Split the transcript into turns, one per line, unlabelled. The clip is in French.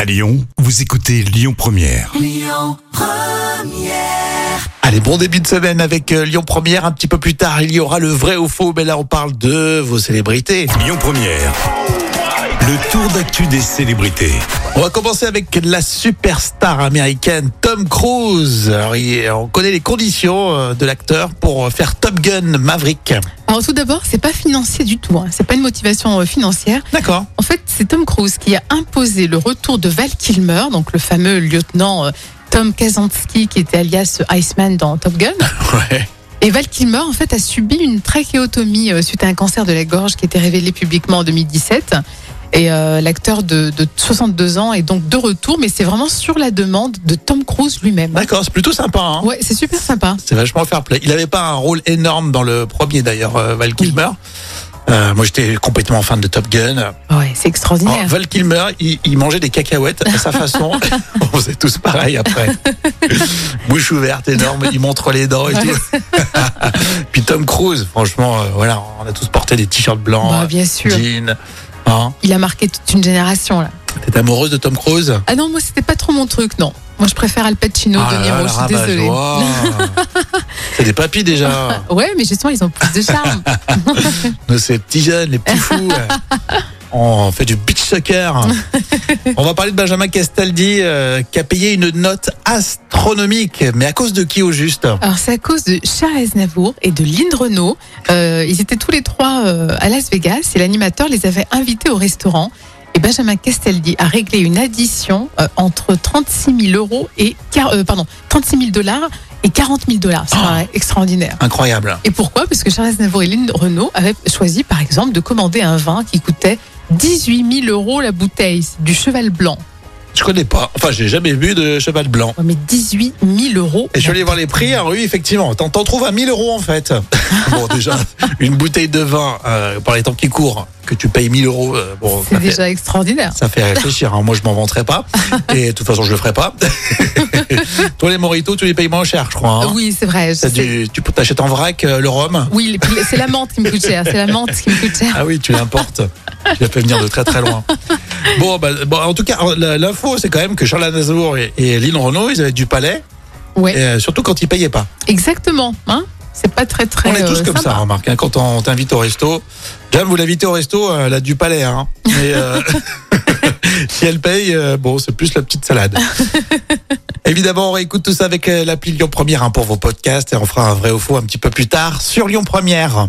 À Lyon, vous écoutez Lyon Première.
Allez, bon début de semaine avec euh, Lyon Première. Un petit peu plus tard, il y aura le vrai ou faux, mais là on parle de vos célébrités.
Lyon Première. Le tour d'actu des célébrités.
On va commencer avec la superstar américaine Tom Cruise. Alors, il- on connaît les conditions euh, de l'acteur pour faire Top Gun Maverick.
Alors tout d'abord, c'est pas financier du tout. Hein. C'est pas une motivation euh, financière.
D'accord.
En fait, c'est Tom Cruise qui a imposé le retour de Val Kilmer, donc le fameux lieutenant euh, Tom Kazansky qui était alias Iceman dans Top Gun.
Ouais.
Et Val Kilmer, en fait, a subi une trachéotomie euh, suite à un cancer de la gorge qui était révélé publiquement en 2017. Et euh, l'acteur de, de 62 ans est donc de retour, mais c'est vraiment sur la demande de Tom Cruise lui-même.
D'accord, c'est plutôt sympa. hein.
Ouais, c'est super sympa.
C'est vachement fair play. Il n'avait pas un rôle énorme dans le premier d'ailleurs, euh, Val Kilmer. Euh, moi j'étais complètement fan de Top Gun.
Ouais, c'est
Alors,
extraordinaire.
Val Kilmer, Oh, il, il mangeait des cacahuètes à sa façon. On faisait tous pareil après. Bouche ouverte, énorme, il montre les dents et tout. Puis Tom Cruise, franchement, euh, voilà, on a tous porté des t-shirts blancs,
Bah, bien sûr.
jeans. Hein
Il a marqué toute une génération là.
T'es amoureuse de Tom Cruise
Ah non, moi c'était pas trop mon truc, non. Moi je préfère Al Pacino,
Ah
De
là là,
Niro,
la
je suis
rabat
désolée.
joie. C'est des papis déjà.
Ouais, mais justement ils ont plus de charme.
de ces petits jeunes, les petits fous. euh, On fait du beach soccer. On va parler de Benjamin Castaldi euh, qui a payé une note astronomique. Mais à cause de qui au juste
Alors c'est à cause de Charles Aznavour et de Lynn Renault. Euh, ils étaient tous les trois euh, à Las Vegas et l'animateur les avait invités au restaurant. Et Benjamin Castaldi a réglé une addition euh, entre 36 000 euros et quar- euh, pardon 36 000 dollars et 40 000 dollars. C'est
Oh.
vrai, extraordinaire.
Incroyable.
Et pourquoi Parce que Charles Aznavour et Lynn Renault avaient choisi, par exemple, de commander un vin qui coûtait 18 000 euros la bouteille, c'est du cheval blanc.
Je connais pas. Enfin, j'ai jamais vu de cheval blanc.
Ouais, mais 18 000 euros
Et je suis allé voir les prix. Alors oui, effectivement, t'en, t'en trouves à 1000 euros en fait. bon, déjà, une bouteille de vin, euh, par les temps qui courent, que tu payes 1000 euros, euh, bon,
C'est
ça fait-
déjà extraordinaire.
Ça fait réfléchir. hein. Moi, je m'en vanterai pas. Et de toute façon, je le ferai pas. Toi, les moritos, tu les payes moins cher, je crois. hein.
Oui, c'est vrai. je
T'as
sais.
du- tu peux- t'achètes en vrac euh, le rhum
Oui, et puis c'est la menthe qui me coûte cher. C'est la menthe qui me coûte cher.
Ah oui, tu l'importes. tu l'as fait venir de très très loin. Bon, bah, bon en tout cas, euh, la- l'info, c'est quand même que Charles Aznavour et, et Lynn Renault, ils avaient du palais, et,
Ouais,
euh, surtout quand ils payaient pas.
exactement. Hein c'est pas très très.
On est tous
euh,
comme ça,
sympa.
remarque. hein, quand on t'invite au resto, Jam, vous l'invitez au resto, euh, elle a du palais. Hein, mais euh, si elle paye, euh, bon, c'est plus la petite salade. Évidemment, on réécoute tout ça avec euh, l'appli Lyon Première hein, pour vos podcasts et on fera un vrai ou faux un petit peu plus tard sur Lyon Première.